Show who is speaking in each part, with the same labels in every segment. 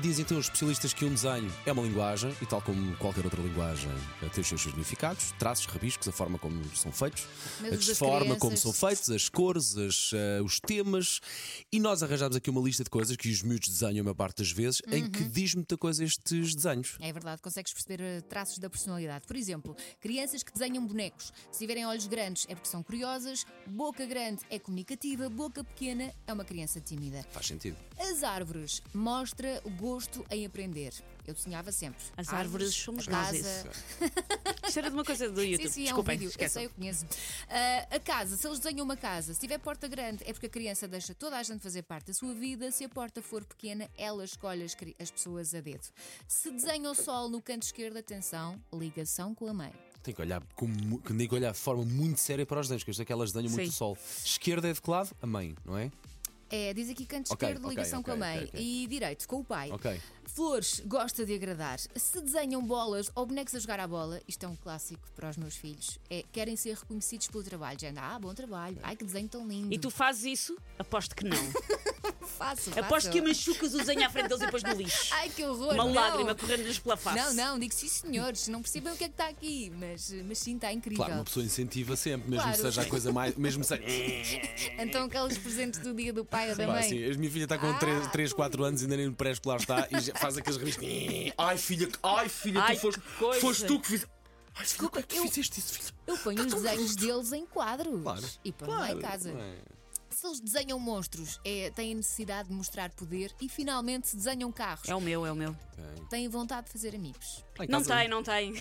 Speaker 1: Dizem então os especialistas que um desenho é uma linguagem e, tal como qualquer outra linguagem, eh, tem os seus significados, traços, rabiscos, a forma como são feitos,
Speaker 2: Mas
Speaker 1: a
Speaker 2: os das
Speaker 1: forma
Speaker 2: crianças-
Speaker 1: como são feitos, as cores, as, eh, os temas. E nós arranjámos aqui uma lista de coisas que os miúdos desenham a maior parte das vezes, em
Speaker 2: Uhum.
Speaker 1: que diz muita coisa estes desenhos.
Speaker 2: É verdade, consegues perceber eh, traços da personalidade. Por exemplo, crianças que desenham bonecos. Se tiverem olhos grandes é porque são curiosas, boca grande é comunicativa, boca pequena é uma criança tímida.
Speaker 1: Faz sentido.
Speaker 2: As árvores mostra o gosto em aprender. Eu desenhava sempre.
Speaker 3: As árvores somos
Speaker 2: a
Speaker 3: nós,
Speaker 2: casa.
Speaker 3: isso. Isto era de uma coisa do YouTube.
Speaker 2: Sim, sim,
Speaker 3: Desculpem,
Speaker 2: é um vídeo. Eu
Speaker 3: esqueçam.
Speaker 2: sei, eu conheço. Ah, a casa, se eles desenham uma casa, se tiver porta grande, é porque a criança deixa toda a gente fazer parte da sua vida. Se a porta for pequena, ela escolhe as, cri- as pessoas a dedo. Se desenha o sol no canto esquerdo, atenção, ligação com a mãe.
Speaker 1: Tem que olhar, com, mu- que tem que olhar de forma muito séria para os desenhos, que eu sei que elas desenham muito
Speaker 3: Sim.
Speaker 1: o sol. Esquerda é de que lado? A mãe, não é?
Speaker 2: É, diz aqui canto
Speaker 1: Ok,
Speaker 2: esquerdo,
Speaker 1: ok,
Speaker 2: ligação
Speaker 1: ok,
Speaker 2: com a mãe.
Speaker 1: ok, ok.
Speaker 2: E direito, com o pai.
Speaker 1: Ok.
Speaker 2: Flores, gosta de agradar. Se desenham bolas ou bonecos a jogar à bola, isto é um clássico para os meus filhos. É, querem ser reconhecidos pelo trabalho. Já ah, bom trabalho. Ai, que desenho tão lindo.
Speaker 3: E tu fazes isso? Aposto que não.
Speaker 2: faço, faço.
Speaker 3: Aposto que machucas o desenho à frente deles e depois no lixo.
Speaker 2: Ai, que horror.
Speaker 3: Uma
Speaker 2: Ah, não.
Speaker 3: lágrima correndo-lhes pela face.
Speaker 2: Não, não, digo sim, senhores. Não percebem o que é que está aqui, mas, mas sim, está incrível.
Speaker 1: Claro, uma pessoa incentiva sempre, mesmo
Speaker 2: Claro.
Speaker 1: que seja a coisa mais. Mesmo que seja.
Speaker 2: Então, aqueles presentes do dia do pai ou da
Speaker 1: Pá,
Speaker 2: mãe.
Speaker 1: assim, a minha filha está com
Speaker 2: Ah.
Speaker 1: 3, 4 anos, ainda nem no pré-escolar está e já faz aqueles riscos. Ai filha, que- ai filha,
Speaker 3: Ai,
Speaker 1: tu foste,
Speaker 3: que coisa.
Speaker 1: foste tu que fizeste. Ai, filha, como é que tu
Speaker 2: eu-
Speaker 1: fizeste isso, filha?
Speaker 2: Eu ponho os desenhos deles em quadros
Speaker 1: Então, Claro.
Speaker 2: e ponho lá em casa.
Speaker 1: não é?
Speaker 2: Se eles desenham monstros, é, têm a necessidade de mostrar poder e finalmente se desenham carros.
Speaker 3: É o meu, é o meu.
Speaker 1: um-
Speaker 2: Têm vontade de fazer amigos.
Speaker 1: Lá em
Speaker 3: Não
Speaker 1: casa-
Speaker 3: tem, não tem.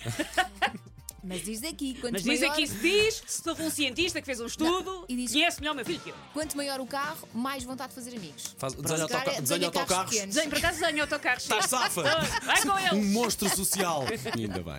Speaker 2: Mas diz aqui, quanto
Speaker 3: Mas dizem
Speaker 2: maior,
Speaker 3: que isso diz, se houve um cientista que fez um estudo,
Speaker 2: e diz-
Speaker 3: conhece melhor o meu filho que eu.
Speaker 2: quanto maior o carro, mais vontade de fazer amigos.
Speaker 1: Faz,
Speaker 2: Se
Speaker 1: desenha
Speaker 2: calhar
Speaker 1: autoca-
Speaker 2: é-
Speaker 1: desenha autocarros.
Speaker 2: pequenos.
Speaker 3: Desenho, por acaso desenho autocarros.
Speaker 1: Estás Ah, safa!
Speaker 3: Vai com ele.
Speaker 1: Um monstro social! E ainda bem.